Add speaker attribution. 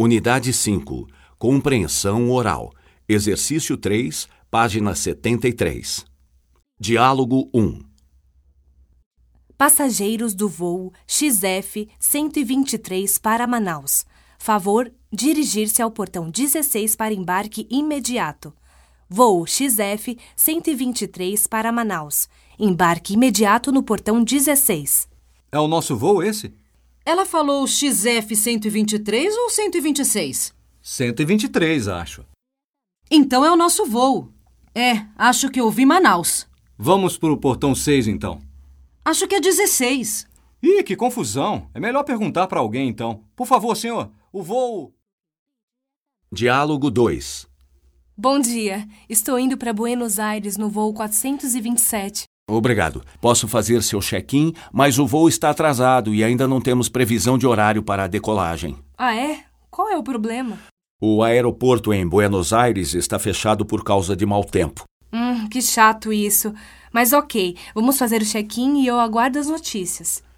Speaker 1: Unidade 5. Compreensão oral. Exercício 3, página 73. Diálogo 1.
Speaker 2: Passageiros do voo XF 123 para Manaus. Favor dirigir-se ao portão 16 para embarque imediato. Voo XF 123 para Manaus. Embarque imediato no portão 16.
Speaker 3: É o nosso voo esse?
Speaker 4: Ela falou XF 123 ou 126?
Speaker 3: 123, acho.
Speaker 4: Então é o nosso voo. É, acho que ouvi Manaus.
Speaker 3: Vamos pro portão 6 então.
Speaker 4: Acho que é 16.
Speaker 3: Ih, que confusão. É melhor perguntar pra alguém então. Por favor, senhor, o voo.
Speaker 1: Diálogo 2.
Speaker 2: Bom dia. Estou indo para Buenos Aires no voo 427.
Speaker 1: Obrigado. Posso fazer seu check-in, mas o voo está atrasado e ainda não temos previsão de horário para a decolagem.
Speaker 2: Ah, é? Qual é o problema?
Speaker 1: O aeroporto em Buenos Aires está fechado por causa de mau tempo.
Speaker 2: Hum, que chato isso. Mas ok, vamos fazer o check-in e eu aguardo as notícias.